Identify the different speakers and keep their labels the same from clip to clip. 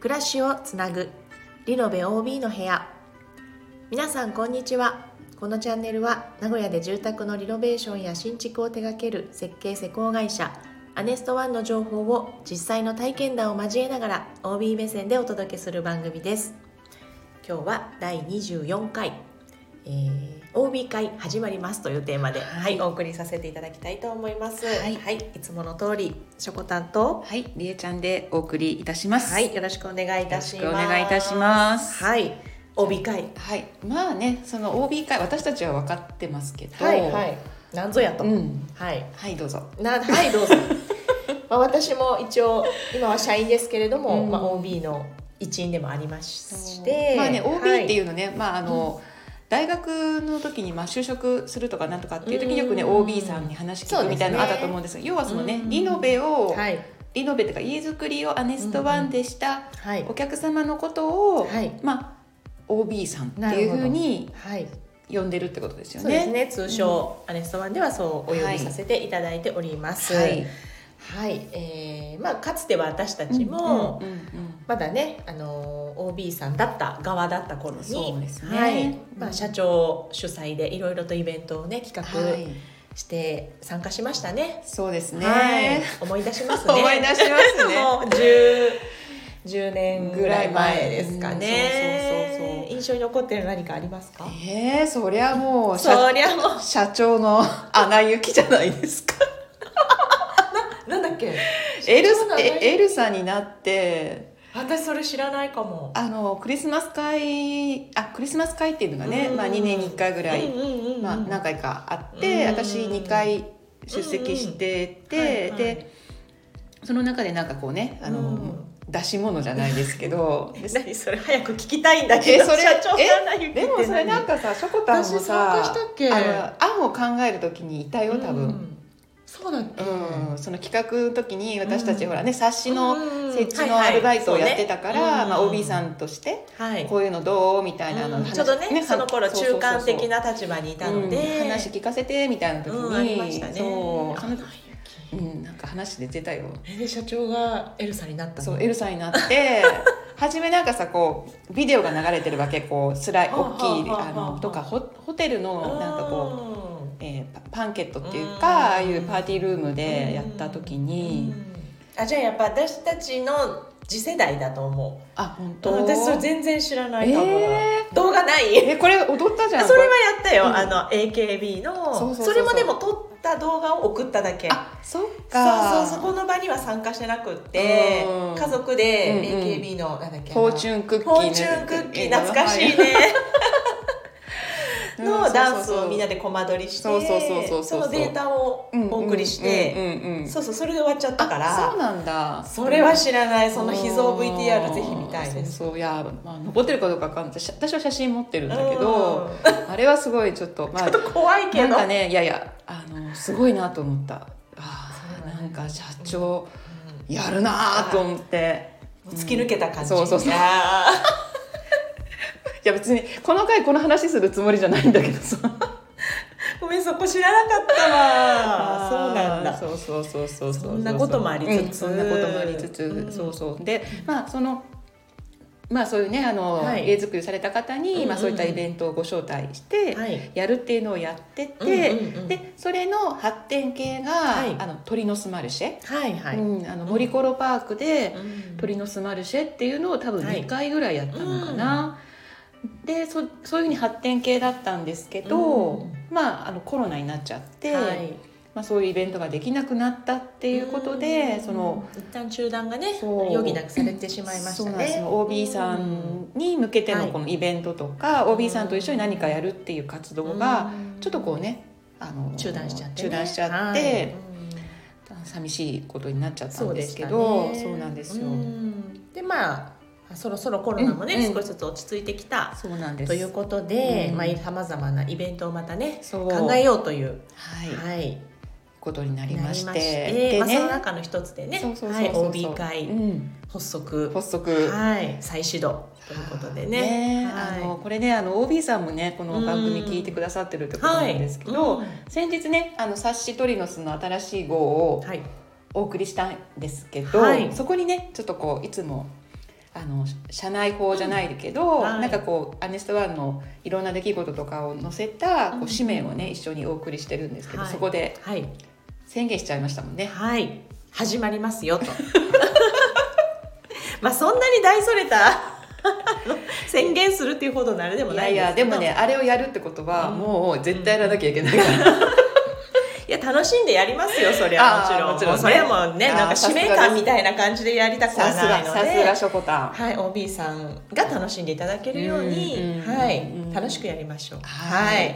Speaker 1: 暮らしをつなぐリノベ OB の部屋皆さんこんにちはこのチャンネルは名古屋で住宅のリノベーションや新築を手掛ける設計施工会社アネストワンの情報を実際の体験談を交えながら OB 目線でお届けする番組です今日は第24回、えー OB 会始まりますというテーマで、はいお送りさせていただきたいと思います。は、
Speaker 2: はいい
Speaker 1: い、つもの通りしょこたんと
Speaker 2: はい、りえちゃんでお送りいたします。
Speaker 1: は
Speaker 2: よ
Speaker 1: い、よろしくお願いいた
Speaker 2: ろ
Speaker 1: し
Speaker 2: し
Speaker 1: ます。。
Speaker 2: くお願いいたしますす。い、
Speaker 1: はい、帯会。
Speaker 2: はい、まあね、その OB 会、私たちは分かってますけど。
Speaker 1: はいはい。なんぞやと。
Speaker 2: うん、
Speaker 1: はい。
Speaker 2: はい、どうぞ。
Speaker 1: な はいどうぞ。まあ私も一応今は社員ですけれども、
Speaker 2: うん
Speaker 1: まあ OB の一員でもありまして、
Speaker 2: まあね、OB っ
Speaker 1: う
Speaker 2: ていうのね、まあ、あの。大学の時にまあ就職するとかなんとかっていう時によくね
Speaker 1: うん
Speaker 2: OB さんに話聞くみたいなのあったと思うんですが要はそのね
Speaker 1: うん
Speaker 2: リノベを
Speaker 1: はい
Speaker 2: リノベというか家づくりをアネストワンでした
Speaker 1: はい
Speaker 2: お客様のことを
Speaker 1: はい
Speaker 2: まあ OB さんっていうふうに
Speaker 1: はい。
Speaker 2: 呼んでるってことですよ
Speaker 1: そうです
Speaker 2: ね。
Speaker 1: ね。通称アネストワンではそうお呼びさせていただいております。はい。はい。えーまあかつては私たちも。
Speaker 2: うんうんうん
Speaker 1: まだね、あのー OB さんだった側だった頃に
Speaker 2: そうですね
Speaker 1: はいまあ、
Speaker 2: うん
Speaker 1: 社長主催でいろいろとイベントをね企
Speaker 2: は
Speaker 1: 画
Speaker 2: い、
Speaker 1: して参加しましたね。
Speaker 2: そうですね。
Speaker 1: はい、思い出しますね
Speaker 2: 思い出します ね
Speaker 1: もう 10, 10年ぐらい前ですか
Speaker 2: うんそうそうそう
Speaker 1: ね
Speaker 2: そ。
Speaker 1: 印象に残ってる何かありますか
Speaker 2: えー、そりゃもう
Speaker 1: そ
Speaker 2: 社
Speaker 1: りゃもう
Speaker 2: 社長 の穴行きじゃないですか。
Speaker 1: なんだっけ
Speaker 2: エル
Speaker 1: 社長の穴行き
Speaker 2: エエルサになって
Speaker 1: 私それ知らないかも。
Speaker 2: あのクリスマス会あクリスマス会っていうのがね、
Speaker 1: うん
Speaker 2: まあ2年に1回ぐらい、
Speaker 1: うんうんうんうん
Speaker 2: まあ、何回かあって、
Speaker 1: うん
Speaker 2: 私2回出席してて、
Speaker 1: うんうんはいはい
Speaker 2: でその中でなんかこうねあの、
Speaker 1: うん
Speaker 2: 出し物じゃないですけどで
Speaker 1: 何それ早く聞きたいんだけど
Speaker 2: えそれ
Speaker 1: 社長
Speaker 2: え
Speaker 1: が何言って
Speaker 2: でもそれなん
Speaker 1: か
Speaker 2: かさしょこたんも
Speaker 1: 私参加し
Speaker 2: さ
Speaker 1: たっけ
Speaker 2: あの案を考える時にいたよ多
Speaker 1: う
Speaker 2: 分、
Speaker 1: んそうだっけ、
Speaker 2: うんその企画の時に私たち、
Speaker 1: うん
Speaker 2: ほらね冊子の
Speaker 1: うん
Speaker 2: 設
Speaker 1: はい
Speaker 2: 置の
Speaker 1: はい
Speaker 2: アルバイトをやってたから、
Speaker 1: そうね
Speaker 2: まあ、
Speaker 1: うん
Speaker 2: OB さんとして
Speaker 1: はい
Speaker 2: こういうのどうみたいなの
Speaker 1: う
Speaker 2: の
Speaker 1: ん
Speaker 2: 話
Speaker 1: ちょうどねその頃
Speaker 2: そうそうそ
Speaker 1: 中
Speaker 2: う
Speaker 1: 間的な立場にいたので、
Speaker 2: うん話聞かせてみたいな時に、
Speaker 1: うんありましたね
Speaker 2: そうその
Speaker 1: あ
Speaker 2: うん、なんか話出てたよ
Speaker 1: えで社長がエルサになったの
Speaker 2: そうエルサになって初めなんかさこうビデオが流れてるわけこうスライ
Speaker 1: はあはあ
Speaker 2: 大きい
Speaker 1: はあはあ
Speaker 2: あのとかホホテルのなんかこうえーパパンケットっていうか
Speaker 1: うん
Speaker 2: ああいうパーティールームでやった時に
Speaker 1: うんあじゃあやっぱ私たちの次世代だと思う
Speaker 2: あ本当
Speaker 1: 私それ全然知らないかも、
Speaker 2: え
Speaker 1: 動画ない
Speaker 2: ーえこれ踊ったじゃん
Speaker 1: それはやったよ、
Speaker 2: うん
Speaker 1: あの AKB
Speaker 2: そ
Speaker 1: の
Speaker 2: うそうそうそ
Speaker 1: そ
Speaker 2: う
Speaker 1: れもでも撮った動画を送っただけ
Speaker 2: あそっ
Speaker 1: そ
Speaker 2: か
Speaker 1: うそうそこの場には参加してなくって、
Speaker 2: うん
Speaker 1: 家族で
Speaker 2: うんうん
Speaker 1: AKB のなんだっけ、
Speaker 2: フォーチュンクッキー
Speaker 1: フォーチュンクッキー懐かしいね、
Speaker 2: うん
Speaker 1: のダンスをみんなでコマ撮りして
Speaker 2: そうそうそうそうそう
Speaker 1: のデータを
Speaker 2: うんうん
Speaker 1: お送りして、
Speaker 2: うんうんうん
Speaker 1: そうそうそれで終わっちゃったか
Speaker 2: あそう
Speaker 1: ら
Speaker 2: なんだ
Speaker 1: それは知らないその秘蔵
Speaker 2: うん
Speaker 1: VTR ぜひ見たいです
Speaker 2: そうそういや、まあ、残ってるかどうかわかんない私私は写真持ってるんだけど、あれはすごいちょっとまあ
Speaker 1: うん怖いけ
Speaker 2: な
Speaker 1: ど
Speaker 2: んかねいやいやあのすごいなと思ったあ
Speaker 1: そう
Speaker 2: ー
Speaker 1: だね
Speaker 2: なんか社長やるなーと思って
Speaker 1: うん突き抜けた感じ、
Speaker 2: そうそうそう
Speaker 1: いや
Speaker 2: いや別にこの回この話するつもりじゃないんだけどさ
Speaker 1: ー ごめんそこ知らなかったわそうなんだ
Speaker 2: そうそうそうそうう
Speaker 1: そんなこともありつつ
Speaker 2: うんそんなこともありつつ、
Speaker 1: うん
Speaker 2: そうそうでまあそのまあそういうねあの、
Speaker 1: はい
Speaker 2: 家作りされた方に、まあ、そういったイベントをご招待して
Speaker 1: はい
Speaker 2: やるっていうのをやってて、
Speaker 1: うんうんうん
Speaker 2: でそれの発展系が、
Speaker 1: はい
Speaker 2: あの鳥の巣マルシェ、
Speaker 1: はいはい、
Speaker 2: うん、あの森コロパークで、
Speaker 1: うん
Speaker 2: 鳥の巣マルシェっていうのを多分
Speaker 1: はい
Speaker 2: 2回ぐらいやったのかな、でそそういうふうに発展系だったんですけど、
Speaker 1: うん
Speaker 2: まああのコロナになっちゃって、
Speaker 1: はい、
Speaker 2: まあ、そういうイベントができなくなったっていうことで、
Speaker 1: うん
Speaker 2: その
Speaker 1: 一旦中断がね
Speaker 2: そう
Speaker 1: 余儀なくされてしまいまし
Speaker 2: そ
Speaker 1: た
Speaker 2: うなん
Speaker 1: ね
Speaker 2: ですよ OB さんに向けて
Speaker 1: は
Speaker 2: の
Speaker 1: い
Speaker 2: このイベントとか、
Speaker 1: うん
Speaker 2: OB さんと一緒に何かやるっていう活動がちょっとこうねあの
Speaker 1: 中断しちゃってね、
Speaker 2: 中断しちゃって
Speaker 1: はい
Speaker 2: 寂しいことになっちゃった
Speaker 1: そうん
Speaker 2: で
Speaker 1: ですす
Speaker 2: け
Speaker 1: け
Speaker 2: ど
Speaker 1: ど、
Speaker 2: そうなんですよ。
Speaker 1: うんでまあそろそろコロナもね、
Speaker 2: うんうん
Speaker 1: 少しずつ落ち着いてきた
Speaker 2: そうなんです
Speaker 1: ということで、
Speaker 2: うん
Speaker 1: まあさまざまなイベントをまたね
Speaker 2: そう
Speaker 1: 考えようという
Speaker 2: はい、
Speaker 1: はい
Speaker 2: ことになりまして
Speaker 1: なりまして
Speaker 2: で
Speaker 1: まあ、その中の一つでね
Speaker 2: そうそうそうそ
Speaker 1: は
Speaker 2: う
Speaker 1: い、OB 会
Speaker 2: うん
Speaker 1: 発足、
Speaker 2: 発足
Speaker 1: はい、再始動ということでね
Speaker 2: ね
Speaker 1: はい
Speaker 2: あのこれねあの OB さんもねこの番組聞いてくださってるってことなんですけど、
Speaker 1: はい
Speaker 2: 先日ねあの冊子トリノスの新しい号を
Speaker 1: はい
Speaker 2: お送りしたんですけど、
Speaker 1: はい
Speaker 2: そこにねちょっとこういつもあの社内法じゃないけど、
Speaker 1: うんはい
Speaker 2: なんかこうアネストワンのいろんな出来事とかを載せた
Speaker 1: うん
Speaker 2: こう紙面をね一緒にお送りしてるんですけど、
Speaker 1: はい
Speaker 2: そこで
Speaker 1: はい、
Speaker 2: 宣言しちゃいましたもんね。
Speaker 1: はい、始まりますよと。 まあそんなに大それた あの宣言するっていうほどのあれでも
Speaker 2: い
Speaker 1: な
Speaker 2: や
Speaker 1: い
Speaker 2: い
Speaker 1: です
Speaker 2: や
Speaker 1: け
Speaker 2: で
Speaker 1: ど
Speaker 2: もねあれをやるってことは
Speaker 1: うん
Speaker 2: もう絶対やらなきゃいけないから、
Speaker 1: いや楽しんでやりますよそりゃもちろん
Speaker 2: あーもちろんね
Speaker 1: もうそれはもうね
Speaker 2: あー
Speaker 1: なんか
Speaker 2: さ
Speaker 1: 使
Speaker 2: すが
Speaker 1: 命感みたいな感じでやりたくは
Speaker 2: さす
Speaker 1: な
Speaker 2: が
Speaker 1: いの
Speaker 2: さすが
Speaker 1: で
Speaker 2: しょこたん
Speaker 1: はい、OB さんが楽しんでいただけるように、
Speaker 2: うんうん
Speaker 1: はい
Speaker 2: うん
Speaker 1: 楽しくやりましょう。
Speaker 2: はい
Speaker 1: はい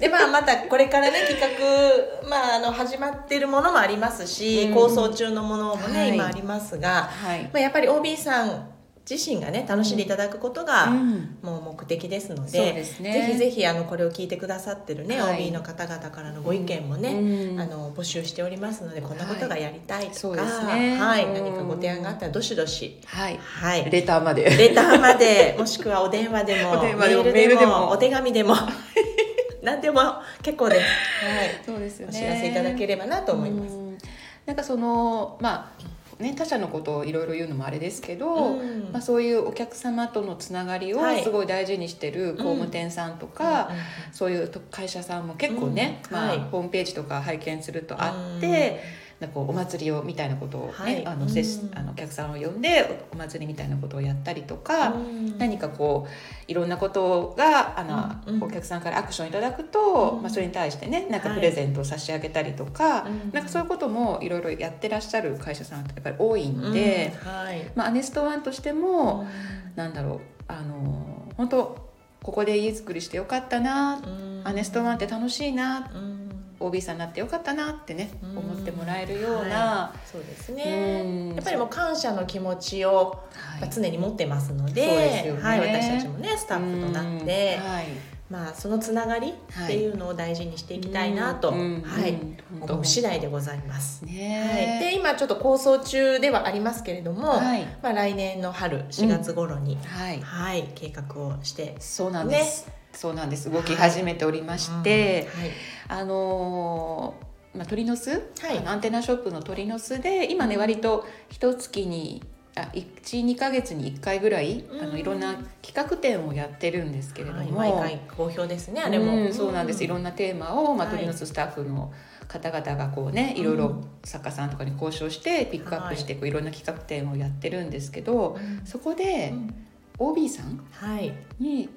Speaker 1: でまあ、またこれからね 企画、まあ、あの始まっているものもありますし、
Speaker 2: うん
Speaker 1: 構想中のものもね、
Speaker 2: はい
Speaker 1: 今ありますが、
Speaker 2: はい、
Speaker 1: まあ、やっぱり OB さん自身がね楽しんでいただくことが、
Speaker 2: うん
Speaker 1: もう目的ですので
Speaker 2: そうですね
Speaker 1: ぜひぜひあのこれを聞いてくださってるね、
Speaker 2: はい
Speaker 1: OB の方々からのご意見もね、
Speaker 2: うん
Speaker 1: あの募集しておりますのでこんなことがやりたいと
Speaker 2: はいそう
Speaker 1: か、
Speaker 2: で
Speaker 1: は
Speaker 2: す
Speaker 1: い
Speaker 2: ねうん
Speaker 1: 何かご提案があったらどしどし、
Speaker 2: はい、
Speaker 1: はい、
Speaker 2: レターまで
Speaker 1: レターまでもしくはお電話でも
Speaker 2: お電話でも
Speaker 1: メールでも
Speaker 2: メールでも
Speaker 1: お手紙でも 何でも結構です、はい、
Speaker 2: そうですよ
Speaker 1: お
Speaker 2: ね
Speaker 1: 知らせいただければなと思います。
Speaker 2: うんなんかそのまあね他者のことをいろいろ言うのもあれですけど、
Speaker 1: うん
Speaker 2: まあ、そういうお客様とのつながりを
Speaker 1: はい
Speaker 2: すごい大事にしてる工務店さんとか、そういうと会社さんも結構ね、
Speaker 1: うん
Speaker 2: まあ
Speaker 1: はい
Speaker 2: ホームページとか拝見するとあっ
Speaker 1: うん
Speaker 2: て、なんかこうお祭りをみたいなことをね、
Speaker 1: はい
Speaker 2: あのせし
Speaker 1: うん
Speaker 2: あのお客さんを呼んでおお祭りみたいなことをやったりとか、
Speaker 1: うん
Speaker 2: 何かこういろんなことがあの、
Speaker 1: うんうん
Speaker 2: お客さんからアクションいただくと、
Speaker 1: うん
Speaker 2: まあ、それに対してねなんか
Speaker 1: はい
Speaker 2: プレゼントを差し上げたりとか、
Speaker 1: うん
Speaker 2: なんかそういうこともいろいろやってらっしゃる会社さんってやっぱり多い
Speaker 1: うんん
Speaker 2: で、
Speaker 1: はい
Speaker 2: まあ、アネストワンとしても、なんだろうあの本当ここで家作りしてよかったな、
Speaker 1: うん
Speaker 2: アネストワンって楽しいな
Speaker 1: うん
Speaker 2: OB さんになってよかったなってね、
Speaker 1: うん
Speaker 2: 思ってもらえるよう
Speaker 1: は
Speaker 2: な。
Speaker 1: いそうですね、
Speaker 2: うん
Speaker 1: やっぱりもう感謝の気持ちを
Speaker 2: はい
Speaker 1: まあ常に持ってますので
Speaker 2: そうですよね
Speaker 1: はい、私たちもねスタッフとなって、
Speaker 2: うんはい
Speaker 1: まあ、そのつながりっていうのを大事にしていきたいなと、
Speaker 2: うん
Speaker 1: はい
Speaker 2: うん本当
Speaker 1: 思う次第でございます。はい、
Speaker 2: ね
Speaker 1: で今ちょっと構想中ではありますけれども、
Speaker 2: はい
Speaker 1: まあ、来年の春4月頃に、
Speaker 2: はい、
Speaker 1: はい、計画をして
Speaker 2: そうなんです、そうなんです動き始めておりまして、あのーまあ、鳥の巣、
Speaker 1: はい
Speaker 2: あのアンテナショップの鳥の巣で今ね割と一月にあ12か月に1回ぐらい、
Speaker 1: うん
Speaker 2: あのいろんな企画展をやってるんですけれど
Speaker 1: はい、
Speaker 2: も、
Speaker 1: 毎回好評ですねあれも、
Speaker 2: うんそうなんですいろんなテーマを、まあ、
Speaker 1: はい
Speaker 2: 鳥の巣スタッフの方々がこうねいろいうろ
Speaker 1: ん
Speaker 2: 作家さんとかに交渉してピックアップしてこういろんな企画展をやってるんですけど、
Speaker 1: うん
Speaker 2: そこで
Speaker 1: うん
Speaker 2: OB さん
Speaker 1: はい、
Speaker 2: に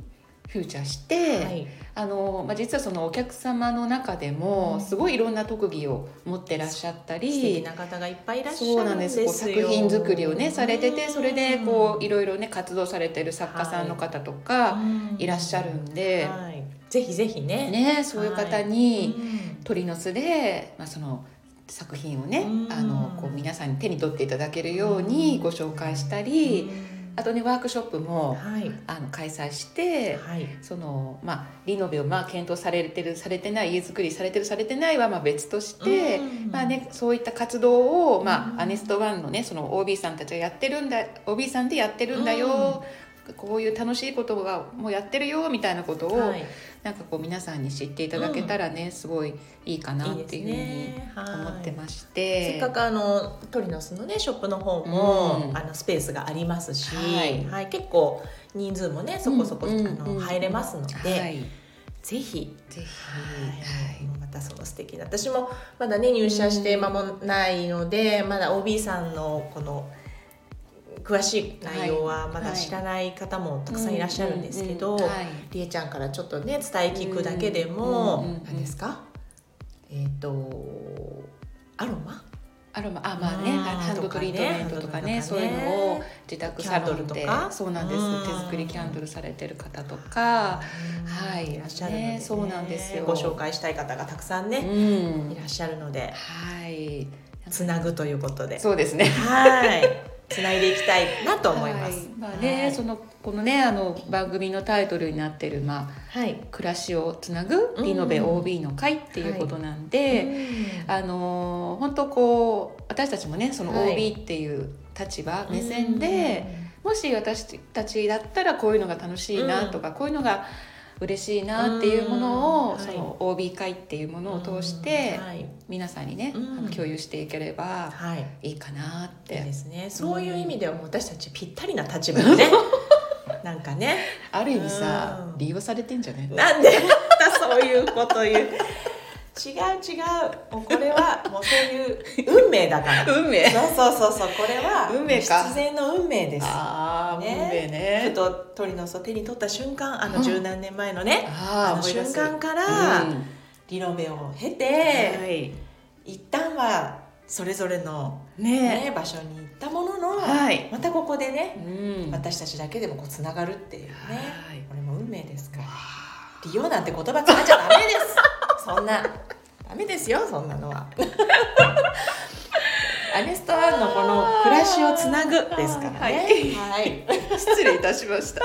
Speaker 2: フューチャーして、
Speaker 1: はい
Speaker 2: あのまあ、実はそのお客様の中で
Speaker 1: うん
Speaker 2: もすごいいろんな特技を持ってらっしゃった
Speaker 1: 素敵
Speaker 2: り。
Speaker 1: な方がいっぱいいらっしゃるんですよ
Speaker 2: そうなんですこう作品作りをねされててそれでこうい
Speaker 1: い
Speaker 2: ろいろね活動されてる作家さんの方とかいらっしゃるんで、
Speaker 1: はい、ぜひぜひね
Speaker 2: ね、そういう方に
Speaker 1: うん
Speaker 2: 鳥の巣で、まあ、その作品をね
Speaker 1: うん
Speaker 2: あのこう皆さんに手に取っていただけるようにご紹介した
Speaker 1: う
Speaker 2: り
Speaker 1: ん
Speaker 2: あとねワークショップも
Speaker 1: はい
Speaker 2: あの開催して
Speaker 1: はい
Speaker 2: そのまあリノベをまあ検討されてるされてない家づくりされてるされてないはまあ別として、
Speaker 1: うん
Speaker 2: まあね、そういった活動を、まあ
Speaker 1: うん
Speaker 2: アネストワンのねその OB さんたちがやってるんだ OB さんでやってるんだよ、こういう楽しいことがもうやってるよみたいなことを、
Speaker 1: はい
Speaker 2: なんかこう皆さんに知っていただけたらね、すごいいいかなっていうふうに思っ
Speaker 1: す
Speaker 2: て
Speaker 1: ねはい
Speaker 2: まして。
Speaker 1: せっかくあの鳥の巣のねショップの方も、
Speaker 2: うん
Speaker 1: あのスペースがありますし、
Speaker 2: はい
Speaker 1: 結構人数もねそこそこ、
Speaker 2: うん
Speaker 1: あの
Speaker 2: うん
Speaker 1: 入れますので、
Speaker 2: はい、
Speaker 1: ぜひは
Speaker 2: ぜひ、
Speaker 1: い、またその素敵な私もまだね入社して間もないので、まだ OB さんのこの詳しい内容はまだ知らない方もたくさんいらっしゃるんですけど、
Speaker 2: うんうんうんはい
Speaker 1: りえちゃんからちょっとね伝え聞くだけでも、
Speaker 2: うんうんうん
Speaker 1: 何ですかえっ、とアロマ
Speaker 2: アロマあまあね
Speaker 1: あー
Speaker 2: ハンドトリートメントとかね
Speaker 1: と
Speaker 2: そ
Speaker 1: か
Speaker 2: う
Speaker 1: ね
Speaker 2: いうのを自宅サロン
Speaker 1: キャンドル
Speaker 2: で
Speaker 1: とか
Speaker 2: そうなんです
Speaker 1: うん
Speaker 2: 手作りキャンドルされてる方とか、はい
Speaker 1: いらっしゃるので、
Speaker 2: ねそうなんですよ
Speaker 1: ご紹介したい方がたくさん
Speaker 2: う
Speaker 1: ね、
Speaker 2: ん
Speaker 1: い、らっしゃるので
Speaker 2: はい
Speaker 1: つなぐということで
Speaker 2: そうですね
Speaker 1: はい。つないでいきたいなと思います。
Speaker 2: はいまあね、そのこのねあの番組のタイトルになってるまあ
Speaker 1: はい。
Speaker 2: 暮らしをつなぐ
Speaker 1: うん
Speaker 2: リノベ OB の会っていうことなんで、
Speaker 1: あ
Speaker 2: あのー本当こう私たちもねその
Speaker 1: はい
Speaker 2: OB っていう立場、目線で、もし私たちだったらこういうのが楽しいなとか、こういうのが嬉しいなっていうものを、
Speaker 1: うん
Speaker 2: そ
Speaker 1: はい
Speaker 2: の OB 会っていうものを通して
Speaker 1: うんはい
Speaker 2: 皆さんにね、
Speaker 1: うん
Speaker 2: 共有していければ
Speaker 1: はい
Speaker 2: いいかなっ
Speaker 1: いい
Speaker 2: て
Speaker 1: ですねそういう意味ではもう私たちぴったりな立場よ ねなんかね
Speaker 2: ある意味さ、
Speaker 1: うん
Speaker 2: 利用されてんじゃないの
Speaker 1: なんでまたそういうこと言う違う違うもうこれはもうそういう運命だから
Speaker 2: 運命
Speaker 1: そうそうそうそうこれは
Speaker 2: 運命か
Speaker 1: 必然の運命です
Speaker 2: ああ、
Speaker 1: ね
Speaker 2: 運命
Speaker 1: ふ
Speaker 2: ね
Speaker 1: と鳥の巣を手に取った瞬間あ
Speaker 2: う
Speaker 1: の
Speaker 2: ん
Speaker 1: 十何年前のね、あ
Speaker 2: ああ
Speaker 1: の
Speaker 2: 思い出
Speaker 1: 瞬
Speaker 2: す
Speaker 1: 間から
Speaker 2: うん
Speaker 1: リノベを経て、
Speaker 2: はい
Speaker 1: 一旦はそれぞれの、
Speaker 2: ね
Speaker 1: ね場所に行ったものの、
Speaker 2: はい
Speaker 1: またここでね
Speaker 2: うん
Speaker 1: 私たちだけでもこうつながるっていうね
Speaker 2: はい
Speaker 1: これも運命ですから利用なんて言葉使っちゃダメです そんなダメですよそんなのは アネストワンのこの暮らしをつなぐですからね
Speaker 2: はい
Speaker 1: はい
Speaker 2: 失礼いたしました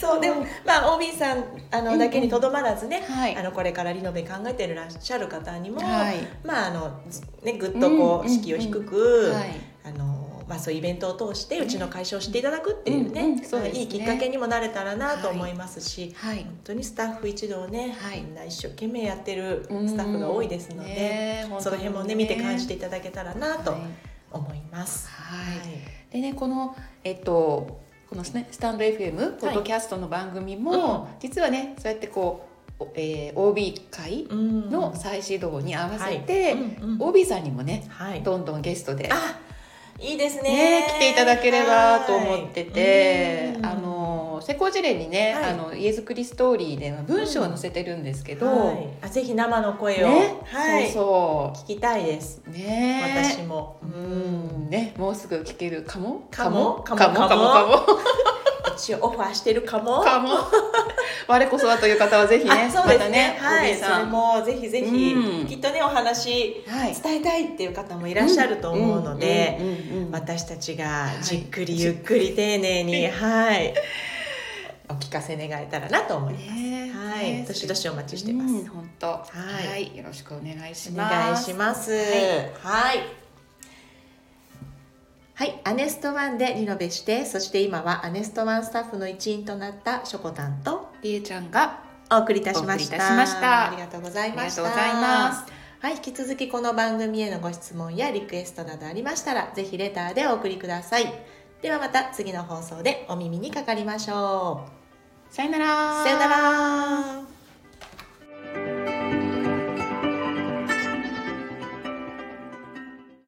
Speaker 1: そうでもまあ OB さんあ
Speaker 2: うんう
Speaker 1: の
Speaker 2: ん
Speaker 1: だけにとどまらずね、
Speaker 2: はい
Speaker 1: あのこれからリノベ考えてらっしゃる方にも、
Speaker 2: はい
Speaker 1: まああのずねぐっとこ
Speaker 2: うんうんう
Speaker 1: うん敷居を低く、
Speaker 2: はい
Speaker 1: あのまあそういうイベントを通してうちの会社を知っていただくっていうね、
Speaker 2: うんうんそうですね
Speaker 1: いいきっかけにもなれたらなと思いますし。
Speaker 2: はい
Speaker 1: 本当にスタッフ一同ね、
Speaker 2: はい
Speaker 1: みんな一生懸命やってるスタッフが多いですので、その辺もね見て感じていただけたらなと
Speaker 2: はい
Speaker 1: 思います。
Speaker 2: はいでねこのえっとこのスねスタンド FM ポッドキャストの番組も、実はねそうやってこう、おえー、OB 会
Speaker 1: うん
Speaker 2: の再始動に合わせ
Speaker 1: はい
Speaker 2: て、
Speaker 1: うんうん
Speaker 2: OB さんにもね
Speaker 1: はい、
Speaker 2: どんどんゲストで、
Speaker 1: あいいですね
Speaker 2: ね、来ていただければと思ってて、
Speaker 1: はい
Speaker 2: あの施工事例にね、
Speaker 1: はい
Speaker 2: あの家づくりストーリーでは文章を載せてるんですけど、
Speaker 1: はいあぜひ生の声を、
Speaker 2: ね、
Speaker 1: はい
Speaker 2: そうそ
Speaker 1: 聞きたいです、
Speaker 2: うね
Speaker 1: 私も、
Speaker 2: うんねもうすぐ聞けるかも
Speaker 1: かも
Speaker 2: かも
Speaker 1: か
Speaker 2: か
Speaker 1: も
Speaker 2: もかも
Speaker 1: 一応オファーしてるかも
Speaker 2: かも 我こそはという方はぜひね
Speaker 1: あそうですね,、
Speaker 2: またね、
Speaker 1: はい
Speaker 2: OB
Speaker 1: そ
Speaker 2: さ
Speaker 1: れ
Speaker 2: ん
Speaker 1: もぜひぜひ、
Speaker 2: うん
Speaker 1: きっとねお話
Speaker 2: はい
Speaker 1: 伝えたいっていう方もいらっしゃると思うので、
Speaker 2: んんうんうん
Speaker 1: 私たちが
Speaker 2: はい
Speaker 1: じっくりゆっくり丁寧に、はい、お聞かせ願えたらなと思います。
Speaker 2: ね
Speaker 1: はい、
Speaker 2: ね
Speaker 1: どしどしお待ちしてます。
Speaker 2: うん本当はいい、よろしくお願いし
Speaker 1: お
Speaker 2: ます
Speaker 1: 願いします。はい。はい、アネストワンでリノベして、そして今はアネストワンスタッフの一員となったしょこたんと
Speaker 2: りえちゃんが
Speaker 1: お送りいたしました。
Speaker 2: お送りいたしました
Speaker 1: ありがとうございました。
Speaker 2: ありがとうございます。
Speaker 1: はい、引き続きこの番組へのご質問やリクエストなどありましたら、ぜひレターでお送りください。ではまた次の放送でお耳にかかりましょ
Speaker 2: さよなら
Speaker 1: う。さよなら。